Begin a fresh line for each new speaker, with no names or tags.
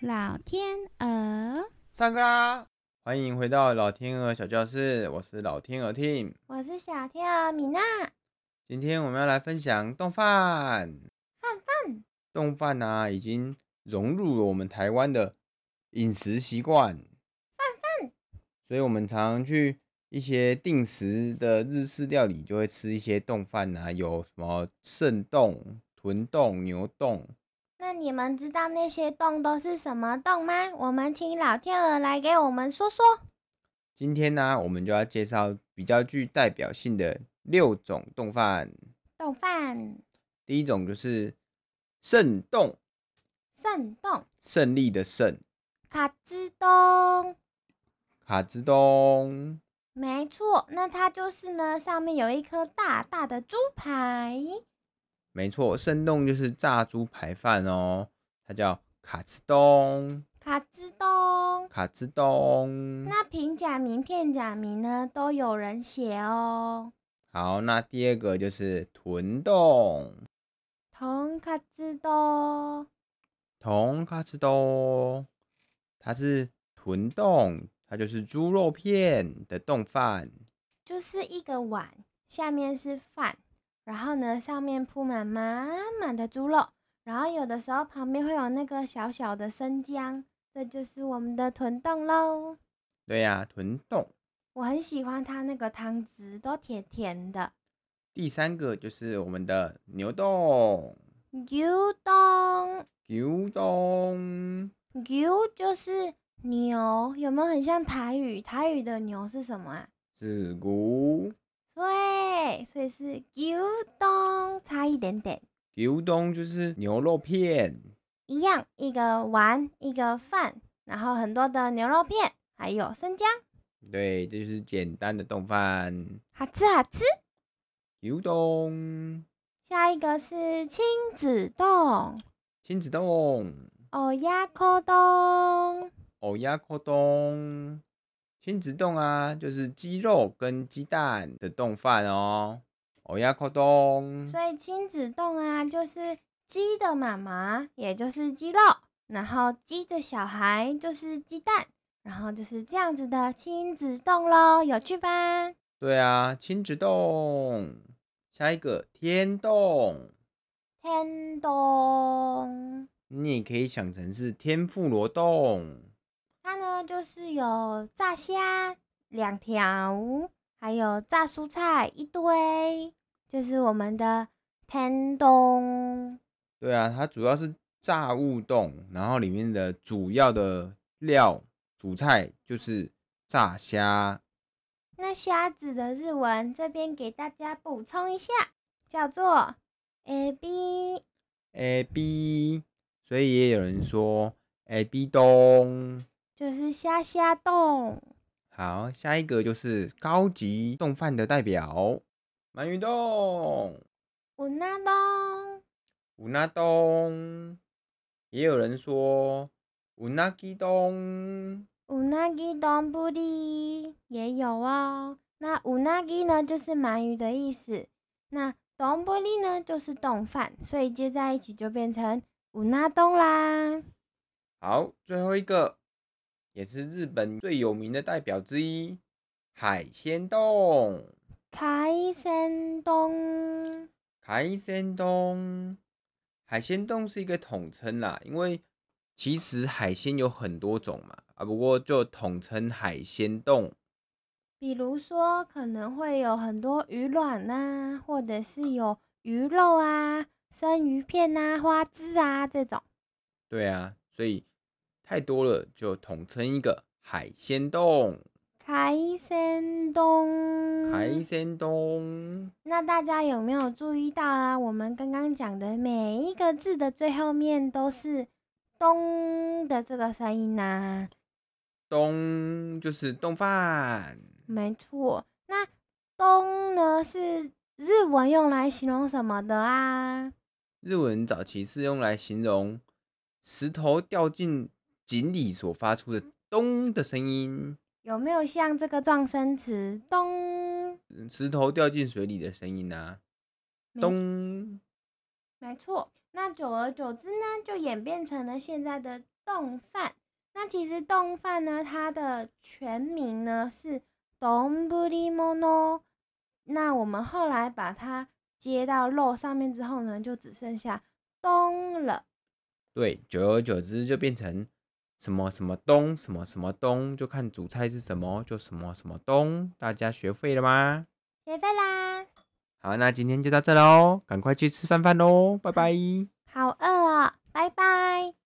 老天鹅，
上课啦！欢迎回到老天鹅小教室，我是老天鹅 Team。
我是小天鹅米娜。
今天我们要来分享冻饭。
饭
饭，冻饭啊，已经融入了我们台湾的饮食习惯。饭饭，所以我们常去一些定时的日式料理，就会吃一些冻饭啊，有什么剩冻、豚冻、牛冻。
那你们知道那些洞都是什么洞吗？我们请老天鹅来给我们说说。
今天呢、我们就要介绍比较具代表性的六种冻饭。
冻饭
第一种就是胜冻，
圣洞、
胜利的胜，
卡兹洞，
卡兹东。
没错，那它就是呢，上面有一颗大大的猪排。
没错，生冻就是炸猪排饭哦，它叫卡兹东，
卡兹洞，
卡兹东。
那平假名、片假名呢，都有人写哦。
好，那第二个就是豚冻，
同卡兹洞，
同卡兹东，它是豚冻，它就是猪肉片的冻饭。
就是一个碗，下面是饭，然后呢，上面铺满满满的猪肉，然后有的时候旁边会有那个小小的生姜，这就是我们的豚冻喽。
对呀、豚冻。
我很喜欢它那个汤汁，都甜甜的。
第三个就是我们的牛冻，
牛冻，
牛冻。
牛就是牛，有没有很像台语？台语的牛是什么啊？
子骨
对，所以是牛冻，差一点点。
牛冻就是牛肉片，
一样，一个碗，一个饭，然后很多的牛肉片，还有生姜，
对，这就是简单的冻饭。
好吃好吃。
牛冻、
下一个是亲子冻、
亲子冻、
哦呀扣冻，
藕鸭扣冻。亲子冻啊，就是鸡肉跟鸡蛋的冻饭哦。藕鸭扣冻，
所以亲子冻啊，就是鸡的妈妈，也就是鸡肉，然后鸡的小孩就是鸡蛋，然后就是这样子的亲子冻喽，有趣吧？
对啊，亲子冻。下一个天冻，
天冻，
你也可以想成是天妇罗冻。
它呢就是有炸虾两条，还有炸蔬菜一堆，就是我们的天冻。
对啊，它主要是炸物冻，然后里面的主要的料主菜就是炸虾，
那虾子的日文这边给大家补充一下，叫做 a b
A 哎 B，所以也有人说 A B 冻。
就是虾虾冻、
好，下一个就是高级冻饭的代表，鳗鱼冻、
五那冻、
五那冻，也有人说五那鸡冻。
五那鸡冻布利也有哦。那五那鸡呢，就是鳗鱼的意思。那冻布利呢，就是冻饭，所以接在一起就变成五那冻啦。
好，最后一个也是日本最有名的代表之一——海鲜冻。
海鲜冻，
海鲜冻，海鲜冻是一个统称啦，因为其实海鲜有很多种嘛，啊，不过就统称海鲜冻。
比如说可能会有很多鱼卵呐、或者是有鱼肉啊、生鱼片呐、花枝啊这种。
对啊，所以太多了，就统称一个海鲜冻。
海鲜冻，
海鲜冻，
那大家有没有注意到啊？我们刚刚讲的每一个字的最后面都是“咚”的这个声音啊呐、
冻就是冻饭。
没错，那“咚”呢是日文用来形容什么的啊？
日文早期是用来形容石头掉进井里所发出的“咚”的声音，
有没有像这个撞声词“咚
嗯石头掉进水里的声音啊，”？
没
咚。
没错，那久而久之呢，就演变成了现在的冻饭。那其实冻饭呢，它的全名呢是东布利莫诺。那我们后来把它接到肉上面之后呢，就只剩下东了。
对，久而久之就变成什么什么东，什么什么东，就看主菜是什么，就什么什么东。大家学会了吗？
学费啦，
好，那今天就到这喽，赶快去吃饭饭喽，拜拜。
好饿哦